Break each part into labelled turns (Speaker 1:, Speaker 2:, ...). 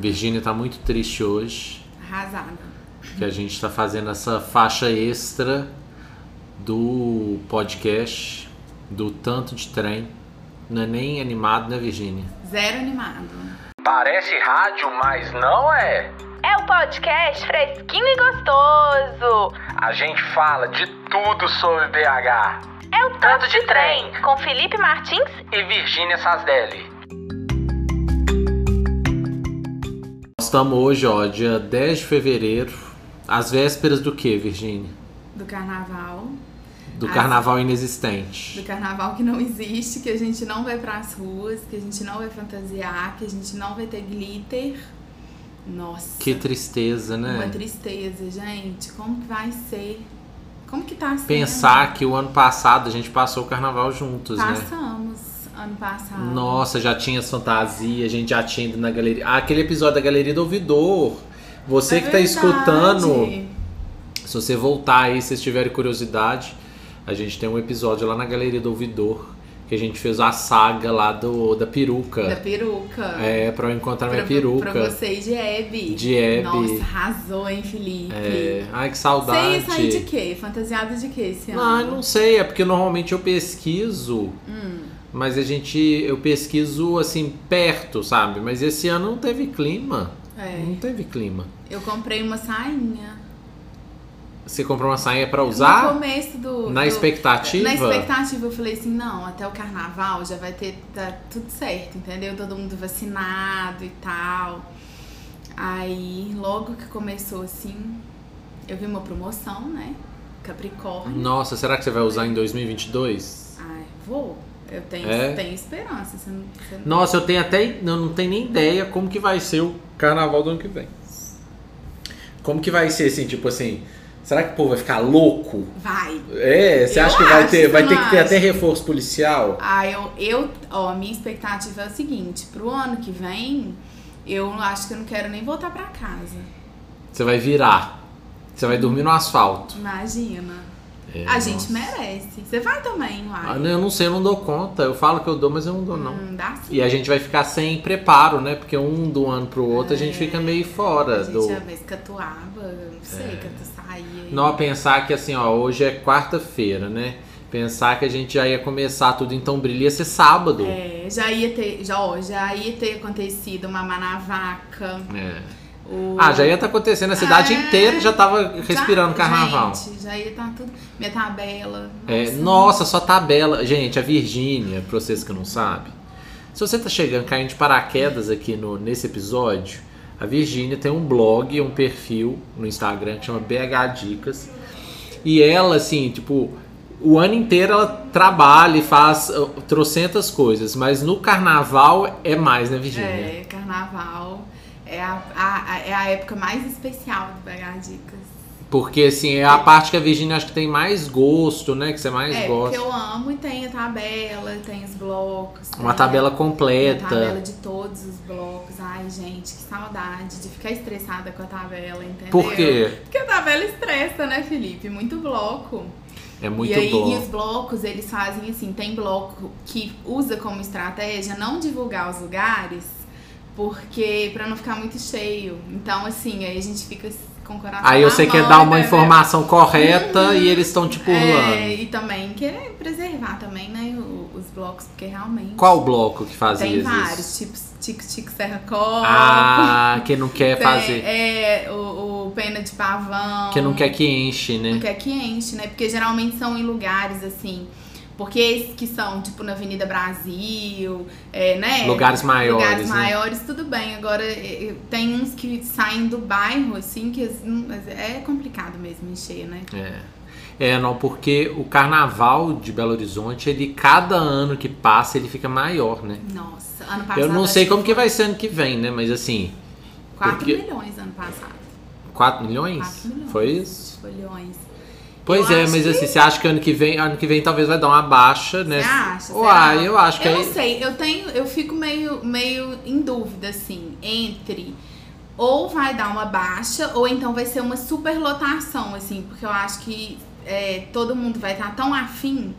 Speaker 1: Virginia tá muito triste hoje,
Speaker 2: Arrasada.
Speaker 1: que a gente tá fazendo essa faixa extra do podcast do tanto de trem. Não é nem animado, né, Virginia?
Speaker 2: Zero animado.
Speaker 3: Parece rádio, mas não é.
Speaker 4: É o podcast fresquinho e gostoso.
Speaker 3: A gente fala de tudo sobre BH.
Speaker 4: É o Tanto de Trem, com Felipe Martins.
Speaker 3: E Virgínia Sasdelli.
Speaker 1: Nós estamos hoje, ó, dia 10 de fevereiro, às vésperas do que, Virginia?
Speaker 2: Do carnaval.
Speaker 1: Do
Speaker 2: Às-
Speaker 1: carnaval
Speaker 2: Do
Speaker 1: inexistente.
Speaker 2: carnaval que não existe, que a gente não vai pras ruas, que a gente não vai fantasiar, que a gente não vai ter glitter. Nossa.
Speaker 1: Que tristeza,
Speaker 2: Uma
Speaker 1: né?
Speaker 2: tristeza, gente. Como que vai ser? Como que tá sendo?
Speaker 1: Pensar que o ano passado a gente passou o carnaval juntos, né?
Speaker 2: Passamos ano passado.
Speaker 1: Nossa, já tinha as fantasias, a gente já tinha ido na galeria. Ah, aquele episódio da Galeria do Ouvidor. Você
Speaker 2: É
Speaker 1: que tá
Speaker 2: verdade.
Speaker 1: escutando, se você voltar aí, se vocês tiverem curiosidade, a gente tem um episódio lá na Galeria do Ouvidor, que a gente fez a saga lá do, da
Speaker 2: Da
Speaker 1: peruca.
Speaker 2: peruca.
Speaker 1: É, pra eu encontrar minha
Speaker 2: Pra,
Speaker 1: peruca.
Speaker 2: pra você e de Hebe.
Speaker 1: De Hebe.
Speaker 2: Nossa, arrasou, hein, Felipe?
Speaker 1: É, Ai, que
Speaker 2: Você
Speaker 1: saudade.
Speaker 2: ia sair de quê? Fantasiado de quê esse ano?
Speaker 1: Ah, não sei, é porque normalmente eu pesquiso,
Speaker 2: Hum.
Speaker 1: mas a gente. Eu pesquiso assim, perto, sabe? Mas esse ano não teve clima. Não
Speaker 2: É.
Speaker 1: teve clima.
Speaker 2: Eu comprei uma sainha.
Speaker 1: Você comprou uma sainha pra
Speaker 2: No
Speaker 1: usar?
Speaker 2: começo do.
Speaker 1: Na
Speaker 2: do-
Speaker 1: expectativa?
Speaker 2: Na expectativa, eu falei assim: não, até o carnaval já vai ter. Tá tudo certo, entendeu? Todo mundo vacinado e tal. Aí, logo que começou assim, eu vi uma promoção, né? Capricórnio.
Speaker 1: Nossa, será que você vai usar em 2022?
Speaker 2: Ai, vou. Eu tenho,
Speaker 1: É?
Speaker 2: tenho esperança. Você não, você não-
Speaker 1: Nossa, eu tenho até. Eu não tenho nem ideia como que vai ser o carnaval do ano que vem. Como que vai ser assim, tipo assim. Será que o povo vai ficar louco?
Speaker 2: Vai.
Speaker 1: É, você
Speaker 2: Eu
Speaker 1: acha que vai
Speaker 2: acho,
Speaker 1: ter, vai
Speaker 2: eu
Speaker 1: ter
Speaker 2: não
Speaker 1: que ter
Speaker 2: acho.
Speaker 1: até reforço policial?
Speaker 2: Ah, eu, eu, ó, a minha expectativa é o seguinte, pro ano que vem, eu acho que eu não quero nem voltar pra casa.
Speaker 1: Você vai virar. Você vai dormir no asfalto.
Speaker 2: Imagina.
Speaker 1: É,
Speaker 2: a gente
Speaker 1: nossa.
Speaker 2: merece. Você vai também,
Speaker 1: Ah,
Speaker 2: uai.
Speaker 1: não, Eu não sei, eu não dou conta. Eu falo que eu dou, mas eu não dou, não.
Speaker 2: Não dá sim.
Speaker 1: E a gente vai ficar sem preparo, né? Porque um do ano pro outro a gente fica meio fora
Speaker 2: É, A gente
Speaker 1: do. É.
Speaker 2: já vez catuava, eu não sei, catuçaía.
Speaker 1: Não pensar que assim, ó, hoje é quarta-feira, né? Pensar que a gente já ia começar tudo então brilha ser sábado. É.
Speaker 2: É, já ia ter, já, ó, já ia ter acontecido uma manavaca. O...
Speaker 1: Ah, já ia estar acontecendo, a cidade
Speaker 2: É.
Speaker 1: inteira já tava respirando
Speaker 2: Já-
Speaker 1: carnaval.
Speaker 2: Gente, já ia estar tudo. Minha tabela.
Speaker 1: É, nossa, só tabela. Gente, a Virgínia, pra vocês que não sabem, se você tá chegando, caindo de paraquedas aqui no, nesse episódio, a Virgínia tem um blog, um perfil no Instagram que chama BH Dicas. E ela, assim, tipo, o ano inteiro ela trabalha e faz uh, trocentas coisas, mas no carnaval é mais, né, Virgínia?
Speaker 2: É, carnaval. É a, a- a- é a época mais especial do Pegar Dicas.
Speaker 1: Porque, assim, é a parte que a Virgínia acho que tem mais gosto, né? Que você mais
Speaker 2: é,
Speaker 1: gosta.
Speaker 2: porque eu amo e tem a tabela, tem os blocos. né?
Speaker 1: Uma
Speaker 2: tem
Speaker 1: tabela
Speaker 2: É, uma
Speaker 1: completa.
Speaker 2: tabela de todos os blocos. Ai, gente, que saudade de ficar estressada com a tabela, entendeu?
Speaker 1: Por quê?
Speaker 2: Porque a tabela estressa, né, Felipe? Muito bloco.
Speaker 1: É muito
Speaker 2: e aí,
Speaker 1: bom.
Speaker 2: e os blocos, eles fazem assim, tem bloco que usa como estratégia não divulgar os lugares, porque para não ficar muito cheio. Então, assim, aí a gente fica com o coração
Speaker 1: Aí
Speaker 2: na
Speaker 1: você quer
Speaker 2: mão,
Speaker 1: é dar uma
Speaker 2: né,
Speaker 1: informação correta e eles tipo, estão te
Speaker 2: velho?
Speaker 1: burlando.
Speaker 2: Uhum. É, e também querer preservar também, né, o- os blocos, porque realmente
Speaker 1: Qual bloco que fazia
Speaker 2: tem
Speaker 1: isso?
Speaker 2: vários, tipo tipos Tico Tico Serra Copa.
Speaker 1: Ah, quem não quer
Speaker 2: tem,
Speaker 1: fazer.
Speaker 2: É, o, o Pena de Pavão.
Speaker 1: Quem não quer que enche,
Speaker 2: Não
Speaker 1: né?
Speaker 2: quer que enche, né? Porque geralmente são em lugares assim. Porque esses que são, tipo, na Avenida Brasil, é, né?
Speaker 1: Lugares maiores.
Speaker 2: Lugares
Speaker 1: né?
Speaker 2: maiores, tudo bem. Agora, é, é, tem uns que saem do bairro, assim, que as- hum, mas é complicado mesmo encher, né?
Speaker 1: É, não, porque o carnaval de Belo Horizonte, ele cada ano que passa, ele fica maior, né?
Speaker 2: Nossa, ano passado.
Speaker 1: Eu não sei
Speaker 2: acho
Speaker 1: como que vai ser ano que vem, né? Mas assim,
Speaker 2: que 4
Speaker 1: porque-
Speaker 2: milhões ano passado.
Speaker 1: 4 milhões?
Speaker 2: 4 milhões.
Speaker 1: Foi isso?
Speaker 2: Milhões.
Speaker 1: Pois
Speaker 2: Eu
Speaker 1: é,
Speaker 2: acho
Speaker 1: mas
Speaker 2: que-
Speaker 1: assim, você acha que ano que vem, ano que vem talvez vai dar uma baixa, né?
Speaker 2: Você acha?
Speaker 1: Uai,
Speaker 2: Será?
Speaker 1: eu acho que
Speaker 2: Eu
Speaker 1: aí-
Speaker 2: não sei, eu tenho, eu fico meio, meio em dúvida, assim, entre ou vai dar uma baixa, ou então vai ser uma superlotação, assim, porque eu acho que é, todo mundo vai estar tão afim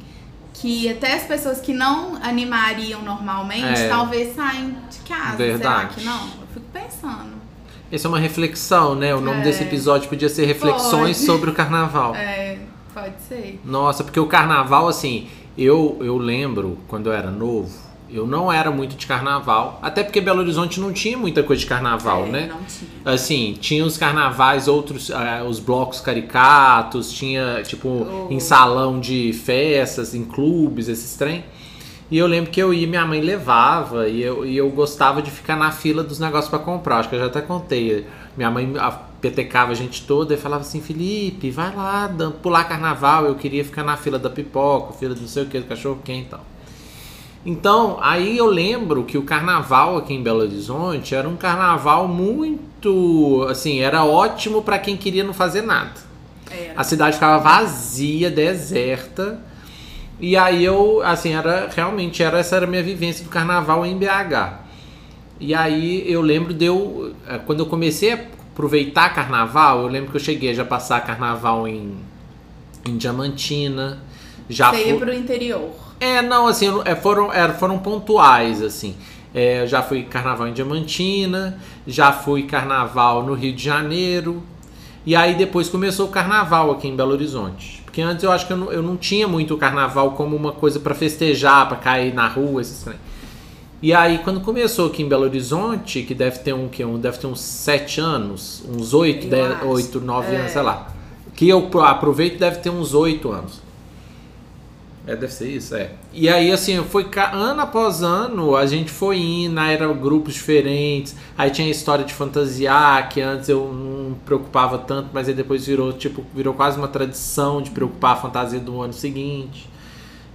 Speaker 2: que até as pessoas que não animariam normalmente,
Speaker 1: É.
Speaker 2: talvez saem de casa.
Speaker 1: Verdade.
Speaker 2: Será que não? Eu fico pensando.
Speaker 1: Essa é uma reflexão, né? O nome
Speaker 2: É.
Speaker 1: desse episódio podia ser Reflexões
Speaker 2: Pode.
Speaker 1: sobre o Carnaval.
Speaker 2: É, pode ser.
Speaker 1: Nossa, porque o carnaval, assim, eu, eu lembro quando eu era novo, eu não era muito de carnaval. Até porque Belo Horizonte não tinha muita coisa de carnaval,
Speaker 2: É,
Speaker 1: né?
Speaker 2: Não tinha.
Speaker 1: Assim, tinha os carnavais, outros, ah, os blocos caricatos, tinha, tipo,
Speaker 2: Oh.
Speaker 1: em salão de festas, em clubes, esses trem. E eu lembro que eu ia, minha mãe levava, e eu, e eu gostava de ficar na fila dos negócios pra comprar. Acho que eu já até contei. Minha mãe a- petecava a gente toda e falava assim: Felipe, vai lá dan- pular carnaval. Eu queria ficar na fila da pipoca, fila do não sei o que, do cachorro quente e tal. Então, aí eu lembro que o carnaval aqui em Belo Horizonte era um carnaval muito. Assim, era ótimo pra quem queria não fazer nada.
Speaker 2: Era.
Speaker 1: A cidade ficava vazia, deserta. E aí eu, assim, era realmente era essa era a minha vivência do carnaval em BH. E aí eu lembro de eu eh, quando eu comecei a aproveitar carnaval, eu lembro que eu cheguei a já passar carnaval em em Diamantina, já
Speaker 2: Você
Speaker 1: fu-
Speaker 2: ia pro interior.
Speaker 1: é, não, assim, eu não- é, foram, é, foram pontuais, assim. É, eu já fui carnaval em Diamantina, já fui carnaval no Rio de Janeiro. E aí depois começou o carnaval aqui em Belo Horizonte. Porque antes eu acho que eu não, eu não tinha muito o carnaval como uma coisa pra festejar, pra cair na rua, esses trem. E aí quando começou aqui em Belo Horizonte, que deve ter um que um, deve ter uns sete anos, uns oito,
Speaker 2: Eu
Speaker 1: dez,
Speaker 2: acho.
Speaker 1: oito, nove
Speaker 2: É.
Speaker 1: anos, sei lá. Que eu pro- aproveito deve ter uns oito anos. É, deve ser isso, é. E aí, assim, foi ca- ano após ano, a gente foi indo, aí eram grupos diferentes, aí tinha a história de fantasiar, que antes eu não me preocupava tanto, mas aí depois virou, tipo, virou quase uma tradição de preocupar a fantasia do ano seguinte.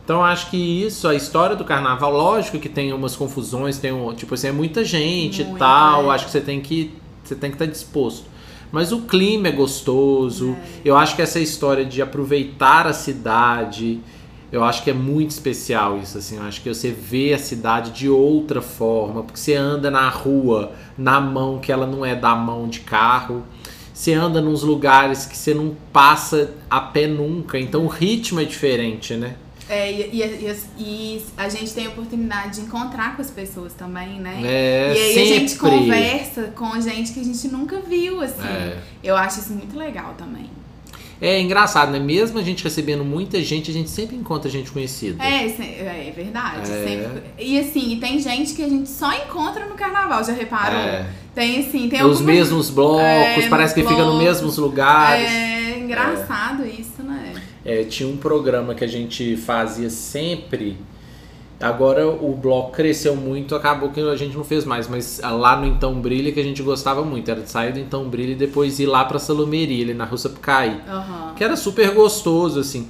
Speaker 1: Então acho que isso, a história do carnaval, lógico que tem umas confusões, tem um, tipo assim, é muita gente e
Speaker 2: Muito,
Speaker 1: tal,
Speaker 2: é.
Speaker 1: acho que você tem que você tem que estar disposto. Mas o clima é gostoso. Eu acho que essa história de aproveitar a cidade, eu acho que é muito especial isso assim. Eu acho que você vê a cidade de outra forma, porque você anda na rua, na mão que ela não é da mão de carro. Você anda nos lugares que você não passa a pé nunca, então o ritmo é diferente, né?
Speaker 2: É, e, e- e as- e a gente tem a oportunidade de encontrar com as pessoas também, né?
Speaker 1: É,
Speaker 2: e aí
Speaker 1: sempre.
Speaker 2: a gente conversa com gente que a gente nunca viu, assim.
Speaker 1: É.
Speaker 2: Eu acho isso muito legal também.
Speaker 1: É engraçado, né? Mesmo a gente recebendo muita gente, a gente sempre encontra gente conhecida.
Speaker 2: É, se- é verdade.
Speaker 1: É.
Speaker 2: sempre- E assim, e tem gente que a gente só encontra no carnaval, já reparou?
Speaker 1: É.
Speaker 2: Tem assim, tem
Speaker 1: Os
Speaker 2: algumas-
Speaker 1: mesmos blocos,
Speaker 2: É,
Speaker 1: parece que
Speaker 2: nos
Speaker 1: fica nos
Speaker 2: blocos.
Speaker 1: mesmos lugares.
Speaker 2: É engraçado isso, né?
Speaker 1: É, tinha um programa que a gente fazia sempre. Agora o bloco cresceu muito, acabou que a gente não fez mais, mas ah, lá no Então Brilha que a gente gostava muito, era de sair do Então Brilha e depois ir lá pra Salomeria, ali na Rua Sapucaí.
Speaker 2: Aham.
Speaker 1: que era super gostoso, assim.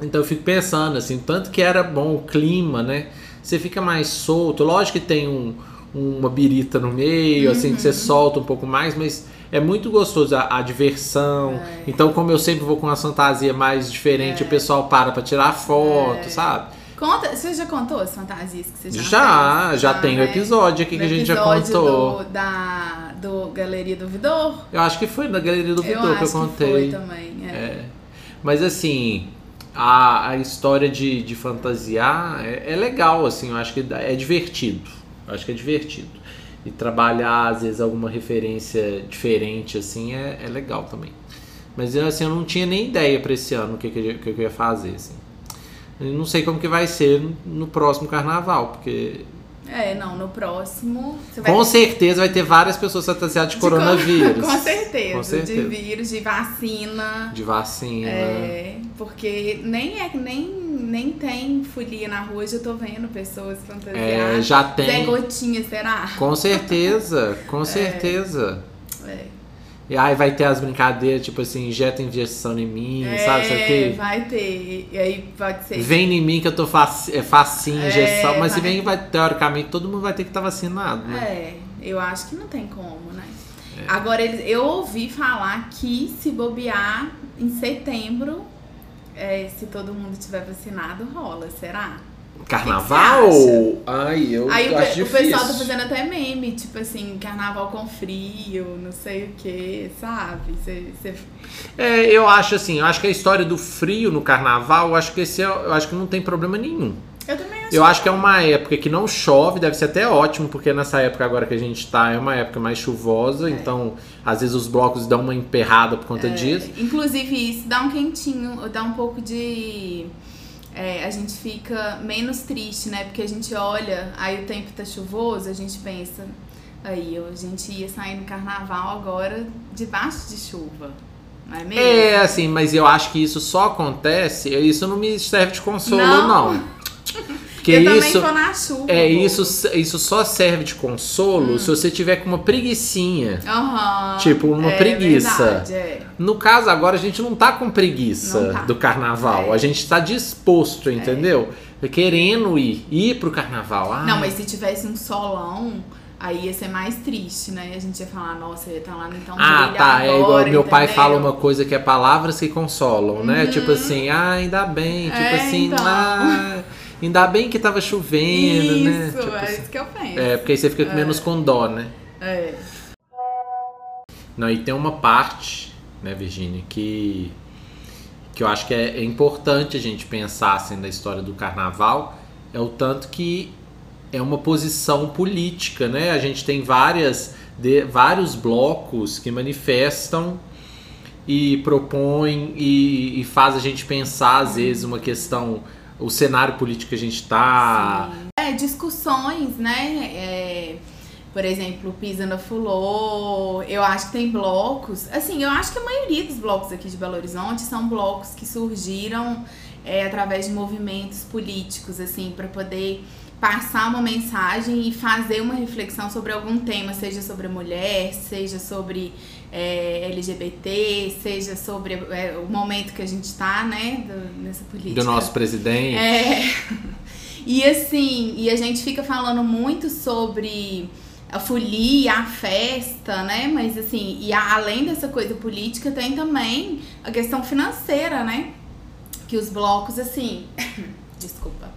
Speaker 1: Então eu fico pensando, assim, tanto que era bom o clima, né? Você fica mais solto. Lógico que tem um, uma birita no meio, assim,
Speaker 2: Uhum.
Speaker 1: que você solta um pouco mais, mas é muito gostoso a, a diversão.
Speaker 2: É.
Speaker 1: Então, como eu sempre vou com uma fantasia mais diferente, o pessoal para pra tirar
Speaker 2: É.
Speaker 1: foto, sabe?
Speaker 2: Conta, você já contou as fantasias que você já
Speaker 1: Já,
Speaker 2: fez?
Speaker 1: já
Speaker 2: Ah,
Speaker 1: tem o
Speaker 2: né?
Speaker 1: episódio aqui
Speaker 2: No
Speaker 1: que a gente já
Speaker 2: episódio
Speaker 1: contou.
Speaker 2: Do, da, do Galeria do Vidor?
Speaker 1: Eu acho que foi na Galeria do
Speaker 2: eu
Speaker 1: Vitor
Speaker 2: acho
Speaker 1: que eu
Speaker 2: que
Speaker 1: contei.
Speaker 2: foi também. É.
Speaker 1: Mas assim, a, a história de, de fantasiar é, é legal, assim, eu acho que dá- é divertido. Eu acho que é divertido. E trabalhar, às vezes, alguma referência diferente, assim, é, é legal também. Mas eu, assim, eu não tinha nem ideia pra esse ano o que, que, eu- que eu ia fazer, assim. Eu não sei como que vai ser no- no próximo carnaval, porque
Speaker 2: É, não, no próximo. Você vai
Speaker 1: com certeza vai ter várias pessoas fantasiadas de,
Speaker 2: de
Speaker 1: coronavírus.
Speaker 2: Com certeza,
Speaker 1: Com certeza.
Speaker 2: De vírus, de vacina.
Speaker 1: De vacina.
Speaker 2: É, porque nem, é, nem, nem tem folia na rua, já tô vendo pessoas
Speaker 1: É,
Speaker 2: fantasiadas.
Speaker 1: já tem.
Speaker 2: Zé Gotinha, será?
Speaker 1: Com certeza, com certeza.
Speaker 2: É,
Speaker 1: E aí vai ter as brincadeiras, tipo assim, injeta injeção em mim, sabe? Isso
Speaker 2: É,
Speaker 1: aqui?
Speaker 2: vai ter. E aí pode ser.
Speaker 1: Vem em mim que eu tô faci- é, facinho, injeção.
Speaker 2: É,
Speaker 1: mas se
Speaker 2: vai.
Speaker 1: bem que vai, teoricamente, todo mundo vai ter que estar vacinado, né? É.
Speaker 2: É, eu acho que não tem como, né? Agora, eles- eu ouvi falar que se bobear em setembro, é, se todo mundo tiver vacinado, rola, será?
Speaker 1: Carnaval?
Speaker 2: É. O que
Speaker 1: Ai, eu
Speaker 2: Aí o, pe- o pessoal tá fazendo até meme, tipo assim, carnaval com frio, não sei o que, sabe? Cê, cê-
Speaker 1: É, eu acho assim, eu acho que a história do frio no carnaval, eu acho que esse é, eu acho que não tem problema nenhum.
Speaker 2: Eu também
Speaker 1: Eu acho que é uma época que não chove, deve ser até ótimo, porque nessa época agora que a gente tá é uma época mais
Speaker 2: É.
Speaker 1: chuvosa, então às vezes os blocos dão uma emperrada por conta disso.
Speaker 2: Inclusive, isso dá um quentinho, dá um pouco de. é, a gente fica menos triste, né? Porque a gente olha, aí o tempo tá chuvoso, a gente pensa. Aí, eu- a gente ia sair no carnaval agora debaixo de chuva. Não é mesmo?
Speaker 1: É, assim, mas eu acho que isso só acontece, isso não me serve de consolo, não.
Speaker 2: Não.
Speaker 1: Porque
Speaker 2: eu
Speaker 1: isso.
Speaker 2: também um tô na chuva.
Speaker 1: É,
Speaker 2: pô.
Speaker 1: isso, isso só serve de consolo
Speaker 2: Hum.
Speaker 1: se você tiver com uma preguiçinha.
Speaker 2: Aham.
Speaker 1: Tipo, uma
Speaker 2: É
Speaker 1: preguiça.
Speaker 2: verdade, é.
Speaker 1: No caso, agora a gente não tá com preguiça
Speaker 2: Não tá.
Speaker 1: do carnaval.
Speaker 2: É.
Speaker 1: A gente tá disposto, entendeu? Querendo ir, ir pro carnaval. Ah,
Speaker 2: Não, mas se tivesse um solão, aí ia ser mais triste, né? A gente ia falar, nossa, ia estar lá no então
Speaker 1: ah,
Speaker 2: brilha
Speaker 1: tá.
Speaker 2: agora,
Speaker 1: é igual meu pai
Speaker 2: entendeu? Uhum.
Speaker 1: fala uma coisa que é palavras que consolam, né? Tipo assim, ah, ainda bem. Tipo
Speaker 2: É,
Speaker 1: assim,
Speaker 2: então.
Speaker 1: ah, ainda bem que tava chovendo, né?
Speaker 2: Isso,
Speaker 1: Tipo
Speaker 2: é
Speaker 1: assim.
Speaker 2: isso que eu penso.
Speaker 1: É, porque aí você fica com menos com dó, né?
Speaker 2: É.
Speaker 1: Não, e tem uma parte, né, Virginia, que, que eu acho que é, é importante a gente pensar assim, na história do carnaval, é o tanto que é uma posição política, né? A gente tem várias, de, vários blocos que manifestam e propõem e, e faz a gente pensar, às vezes, uma questão, o cenário político que a gente tá.
Speaker 2: É, discussões, né? É, por exemplo, Pisa na Fulô. Eu acho que tem blocos. Assim, eu acho que a maioria dos blocos aqui de Belo Horizonte são blocos que surgiram é, através de movimentos políticos, assim, para poder passar uma mensagem e fazer uma reflexão sobre algum tema, seja sobre a mulher, seja sobre é, LGBT, seja sobre é, o momento que a gente tá, né, do- nessa política.
Speaker 1: Do nosso presidente.
Speaker 2: É. E assim, e a gente fica falando muito sobre a folia, a festa, né? Mas assim, e a- além dessa coisa política, tem também a questão financeira, né? Que os blocos, assim. Desculpa.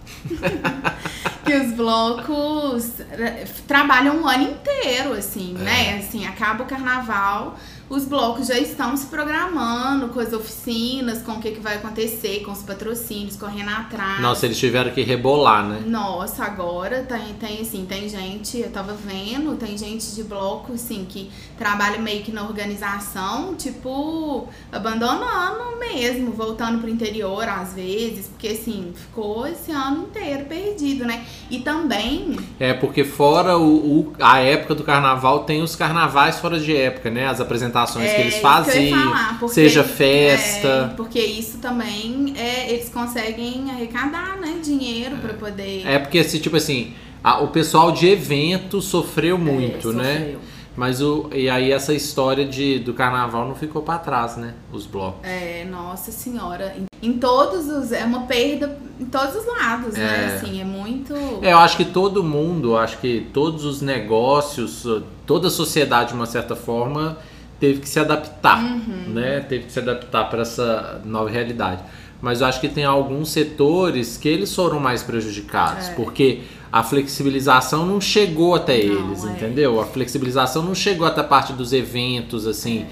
Speaker 2: que os blocos eh, trabalham o ano inteiro, assim, né? Assim, acaba o carnaval, os blocos já estão se programando com as oficinas, com o que, que vai acontecer, com os patrocínios, correndo atrás.
Speaker 1: Nossa, eles tiveram que rebolar, né?
Speaker 2: Nossa, agora tem, tem assim, tem gente, eu tava vendo, tem gente de bloco, assim, que trabalha meio que na organização, tipo, abandonando mesmo, voltando pro interior às vezes, porque assim, ficou esse ano inteiro perdido, né? E também
Speaker 1: É, porque fora o, o- a época do carnaval, tem os carnavais fora de época, né? As apresentações que
Speaker 2: É,
Speaker 1: eles
Speaker 2: isso eu ia
Speaker 1: faziam,
Speaker 2: falar, porque-
Speaker 1: seja festa.
Speaker 2: é, porque isso também é, eles conseguem arrecadar, né, dinheiro pra poder.
Speaker 1: É, porque, se, tipo assim, a- o pessoal de evento sofreu muito,
Speaker 2: é,
Speaker 1: né?
Speaker 2: sofreu.
Speaker 1: Mas o, e aí essa história de, do carnaval não ficou pra trás, né? Os blocos.
Speaker 2: É, nossa senhora. Em- Em todos os. É uma perda em todos os lados,
Speaker 1: É.
Speaker 2: né? Assim, é muito.
Speaker 1: É, eu acho que todo mundo, eu acho que todos os negócios, toda a sociedade, de uma certa forma, teve que se adaptar.
Speaker 2: Uhum.
Speaker 1: né? Teve que se adaptar para essa nova realidade. Mas eu acho que tem alguns setores que eles foram mais prejudicados,
Speaker 2: É.
Speaker 1: porque a flexibilização não chegou até
Speaker 2: Não,
Speaker 1: eles,
Speaker 2: é.
Speaker 1: entendeu? A flexibilização não chegou até a parte dos eventos, assim.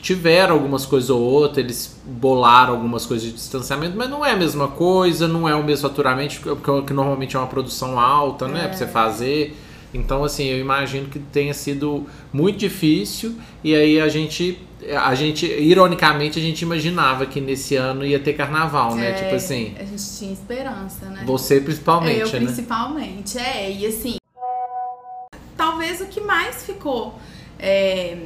Speaker 1: Tiveram algumas coisas ou outras, eles bolaram algumas coisas de distanciamento, mas não é a mesma coisa, não é o mesmo faturamento, que que normalmente é uma produção alta, né?
Speaker 2: É.
Speaker 1: Pra você fazer. Então, assim, eu imagino que tenha sido muito difícil. E aí a gente, a gente, ironicamente, a gente imaginava que nesse ano ia ter carnaval, né?
Speaker 2: É.
Speaker 1: Tipo assim,
Speaker 2: A gente tinha esperança, né?
Speaker 1: você principalmente,
Speaker 2: Eu
Speaker 1: né?
Speaker 2: principalmente, é. E assim, talvez o que mais ficou é,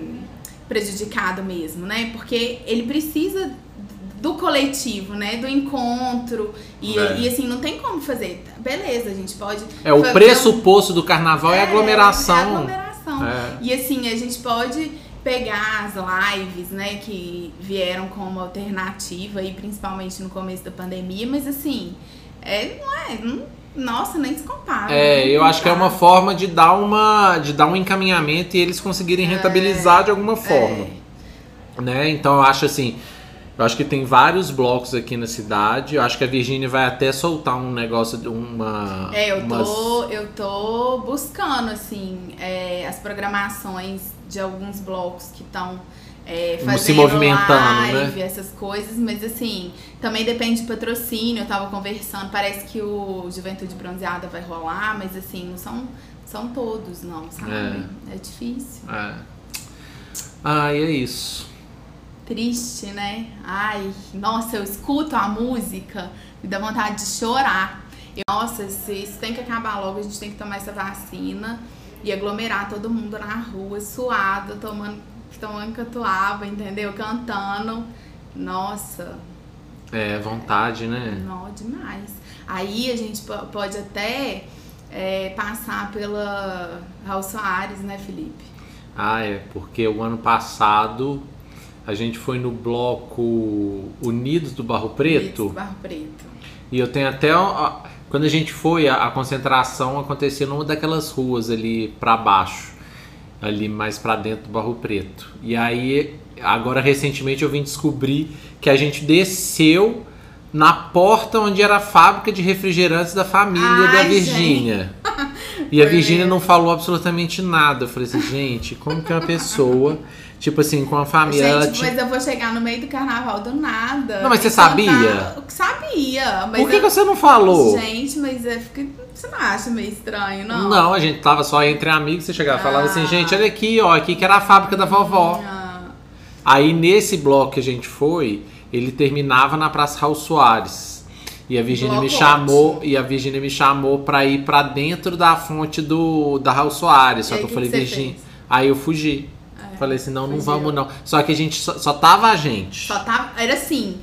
Speaker 2: prejudicado mesmo, né? Porque ele precisa do coletivo, né? Do encontro. E,
Speaker 1: É.
Speaker 2: e, assim, não tem como fazer. Beleza, a gente pode.
Speaker 1: É, o
Speaker 2: fazer um-
Speaker 1: pressuposto do carnaval é, aglomeração.
Speaker 2: É aglomeração.
Speaker 1: É.
Speaker 2: E assim, a gente pode pegar as lives, né, que vieram como alternativa e principalmente no começo da pandemia, mas assim, é, não é, não- nossa, nem se compara.
Speaker 1: É,
Speaker 2: né?
Speaker 1: eu acho que é uma
Speaker 2: Tá.
Speaker 1: forma de dar uma de dar um encaminhamento e eles conseguirem rentabilizar de
Speaker 2: É,
Speaker 1: alguma forma, né? Então eu acho assim, eu acho que tem vários blocos aqui na cidade. Eu acho que a Virgínia vai até soltar um negócio de uma
Speaker 2: É, eu
Speaker 1: umas-
Speaker 2: tô, eu tô buscando, assim, é, as programações de alguns blocos que estão é,
Speaker 1: Se
Speaker 2: fazendo
Speaker 1: movimentando, né?
Speaker 2: live, essas coisas, mas assim, também depende de patrocínio, eu tava conversando, parece que o Juventude Bronzeada vai rolar, mas assim, não são, são todos, não, sabe? É, difícil.
Speaker 1: É. Ah, e é isso.
Speaker 2: Triste, né? Ai, nossa, eu escuto a música, me dá vontade de chorar. E, nossa, se isso tem que acabar logo, a gente tem que tomar essa vacina e aglomerar todo mundo na rua, suado, tomando, tomando catuaba, entendeu? Cantando. Nossa,
Speaker 1: É, vontade, né?
Speaker 2: Nó demais. Aí a gente po- pode até é, passar pela Raul Soares, né, Felipe?
Speaker 1: Ah, é, porque o ano passado a gente foi no bloco Unidos do Barro Preto.
Speaker 2: Isso, Barro Preto.
Speaker 1: E eu tenho até. a- quando a gente foi, a, a concentração acontecia numa daquelas ruas ali pra baixo, ali mais pra dentro do Barro Preto. E aí, agora recentemente eu vim descobrir que a gente desceu na porta onde era a fábrica de refrigerantes da família da
Speaker 2: Ai,
Speaker 1: Virgínia. E a
Speaker 2: Foi
Speaker 1: Virgínia
Speaker 2: mesmo.
Speaker 1: não falou absolutamente nada. Eu falei assim, gente, como que uma pessoa, tipo assim, com a família. ela
Speaker 2: gente,
Speaker 1: tinha-
Speaker 2: mas é eu vou chegar no meio do carnaval do nada.
Speaker 1: Não, mas você
Speaker 2: E contar-
Speaker 1: sabia?
Speaker 2: Sabia, mas
Speaker 1: Por que,
Speaker 2: eu-
Speaker 1: que você não falou?
Speaker 2: Gente, mas é, fica, você não acha meio estranho, não?
Speaker 1: Não. a gente tava só entre amigos, você chegava e falava
Speaker 2: Ah.
Speaker 1: assim, gente, olha aqui, ó, aqui que era a fábrica da vovó.
Speaker 2: Ah,
Speaker 1: Aí nesse bloco que a gente foi, ele terminava na Praça Raul Soares. E a Virgínia me
Speaker 2: Bloco
Speaker 1: chamou,
Speaker 2: ótimo.
Speaker 1: e a Virgínia me chamou pra ir pra dentro da fonte do da Raul Soares. Só
Speaker 2: e aí,
Speaker 1: que eu
Speaker 2: que
Speaker 1: falei,
Speaker 2: que você
Speaker 1: Virgínia.
Speaker 2: fez?
Speaker 1: Aí eu fugi.
Speaker 2: É.
Speaker 1: Falei assim, não, não
Speaker 2: fugiu.
Speaker 1: vamos não. Só que a gente só, só tava a gente.
Speaker 2: Só tava, era assim,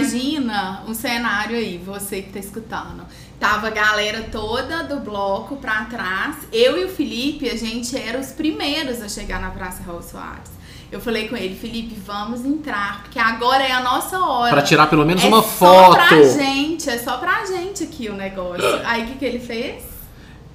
Speaker 2: imagina um cenário aí, você que tá escutando. Tava a galera toda do bloco pra trás. Eu e o Felipe, a gente era os primeiros a chegar na Praça Raul Soares. Eu falei com ele, Felipe, vamos entrar, porque agora é a nossa hora.
Speaker 1: Pra tirar pelo menos
Speaker 2: é
Speaker 1: uma
Speaker 2: só
Speaker 1: foto.
Speaker 2: pra gente, é só pra gente aqui o negócio. Aí o que, que ele fez?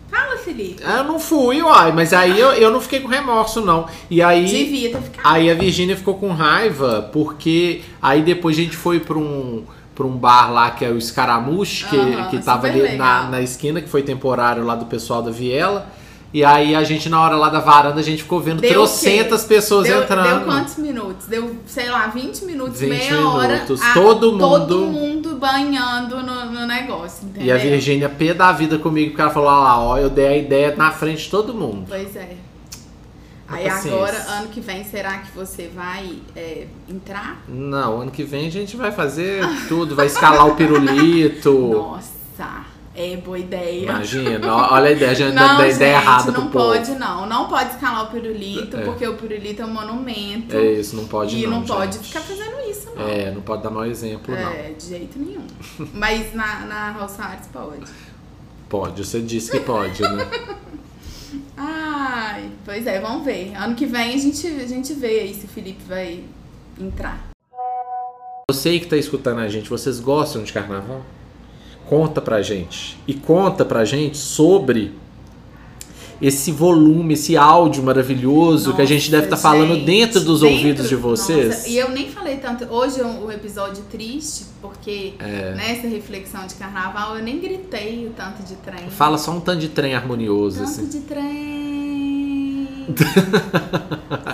Speaker 2: Fala, Felipe.
Speaker 1: Ah, Eu não fui, uai, mas aí eu, eu não fiquei com remorso, não. E aí.
Speaker 2: Devia ter ficado.
Speaker 1: Aí a Virgínia ficou com raiva, porque aí depois a gente foi pra um, pra um bar lá que é o Escaramuche, que,
Speaker 2: Aham,
Speaker 1: que tava
Speaker 2: super
Speaker 1: ali na,
Speaker 2: legal.
Speaker 1: na esquina, que foi temporário lá do pessoal da Viela. E aí a gente, na hora lá da varanda, a gente ficou vendo
Speaker 2: Deu o quê?
Speaker 1: trocentas pessoas
Speaker 2: Deu,
Speaker 1: entrando.
Speaker 2: deu quantos minutos? Deu, sei lá, 20 minutos,
Speaker 1: 20
Speaker 2: meia hora.
Speaker 1: minutos. Todo
Speaker 2: Todo
Speaker 1: mundo-
Speaker 2: mundo banhando no, no negócio, entendeu?
Speaker 1: e a Virgínia pé da vida comigo, porque ela falou: "Olha lá, ó, eu dei a ideia na frente de todo mundo.
Speaker 2: Pois é.
Speaker 1: Com
Speaker 2: Aí
Speaker 1: paciência.
Speaker 2: agora, ano que vem, será que você vai é, entrar?
Speaker 1: Não, ano que vem a gente vai fazer tudo, vai escalar o pirulito.
Speaker 2: Nossa, é boa ideia.
Speaker 1: Imagina, ó, olha a ideia, a gente
Speaker 2: não,
Speaker 1: dá a
Speaker 2: gente,
Speaker 1: ideia errada
Speaker 2: não
Speaker 1: pro povo.
Speaker 2: pode não. Não pode escalar o pirulito,
Speaker 1: É.
Speaker 2: porque o pirulito é um monumento.
Speaker 1: É isso, não pode
Speaker 2: e não, pode
Speaker 1: gente.
Speaker 2: ficar fazendo isso, não.
Speaker 1: É, não pode dar mau exemplo, não.
Speaker 2: É, de jeito nenhum. Mas na, na House Arts pode.
Speaker 1: Pode, você disse que pode, né?
Speaker 2: Ai, pois é, vamos ver. Ano que vem a gente, a gente vê aí se o Felipe vai entrar.
Speaker 1: Você aí que tá escutando a gente, vocês gostam de carnaval? Conta pra gente. E conta pra gente sobre esse volume, esse áudio maravilhoso que a gente deve estar
Speaker 2: Nossa,
Speaker 1: falando
Speaker 2: gente,
Speaker 1: dentro dos
Speaker 2: dentro-
Speaker 1: ouvidos de vocês.
Speaker 2: Nossa, e eu nem falei tanto. Hoje é um, um episódio triste, porque
Speaker 1: É.
Speaker 2: nessa reflexão de carnaval eu nem gritei o tanto de trem.
Speaker 1: Fala só um tanto de trem harmonioso,
Speaker 2: tanto
Speaker 1: assim.
Speaker 2: de trem.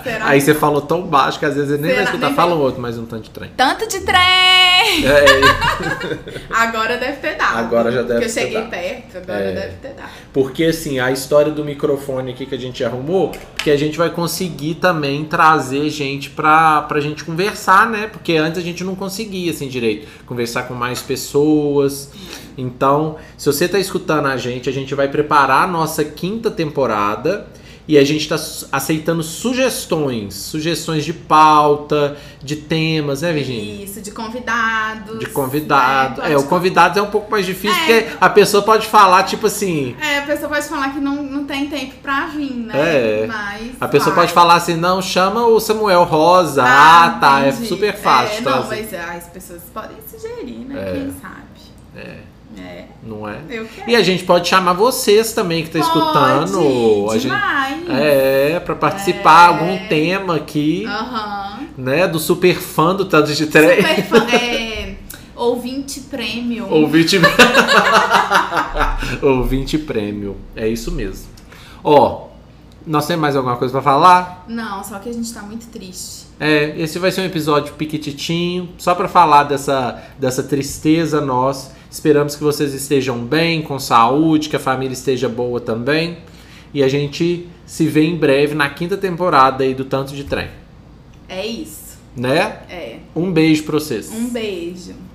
Speaker 2: Será
Speaker 1: Aí
Speaker 2: que-
Speaker 1: você falou tão baixo que às vezes ele nem vai
Speaker 2: Será?
Speaker 1: escutar.
Speaker 2: Nem
Speaker 1: Fala um outro, mais um tanto de trem.
Speaker 2: Tanto de trem!
Speaker 1: É,
Speaker 2: Agora deve ter dado.
Speaker 1: Agora já deve
Speaker 2: Porque eu
Speaker 1: ter
Speaker 2: cheguei
Speaker 1: dado.
Speaker 2: perto, agora
Speaker 1: É.
Speaker 2: deve ter dado.
Speaker 1: Porque assim, a história do microfone aqui que a gente arrumou, que a gente vai conseguir também trazer gente pra, pra gente conversar, né? Porque antes a gente não conseguia, assim, direito, conversar com mais pessoas. Então, se você tá escutando a gente, a gente vai preparar a nossa quinta temporada. E a gente tá su- aceitando sugestões, sugestões de pauta, de temas, né, Virginia?
Speaker 2: Isso, de convidados.
Speaker 1: De convidado.
Speaker 2: né?
Speaker 1: É, o convidado é um pouco mais difícil,
Speaker 2: É.
Speaker 1: porque a pessoa pode falar, tipo assim,
Speaker 2: É, a pessoa pode falar que não, não tem tempo pra vir, né?
Speaker 1: É.
Speaker 2: Mas
Speaker 1: A pessoa
Speaker 2: vai.
Speaker 1: pode falar assim, não, chama o Samuel Rosa. Ah, tá, é
Speaker 2: entendi.
Speaker 1: super fácil.
Speaker 2: É,
Speaker 1: tá? É.
Speaker 2: não, mas as pessoas podem sugerir, né? Quem sabe? É.
Speaker 1: Não é?
Speaker 2: Eu quero.
Speaker 1: E a gente pode chamar vocês também que tá escutando. A
Speaker 2: Pode,
Speaker 1: gente...
Speaker 2: demais.
Speaker 1: É, pra participar,
Speaker 2: É.
Speaker 1: algum tema aqui,
Speaker 2: Aham.
Speaker 1: né? Do super fã do Tanto de Trem.
Speaker 2: Super fã. É, ouvinte prêmio.
Speaker 1: Ouvinte... Ouvinte prêmio. É isso mesmo. Ó, Nós temos mais alguma coisa pra falar?
Speaker 2: Não, só que a gente tá muito triste.
Speaker 1: É, esse vai ser um episódio piquititinho, só pra falar dessa, dessa tristeza nós. Esperamos que vocês estejam bem, com saúde, que a família esteja boa também. E a gente se vê em breve na quinta temporada aí do Tanto de Trem,
Speaker 2: É isso.
Speaker 1: né?
Speaker 2: É.
Speaker 1: Um beijo pra vocês.
Speaker 2: Um beijo.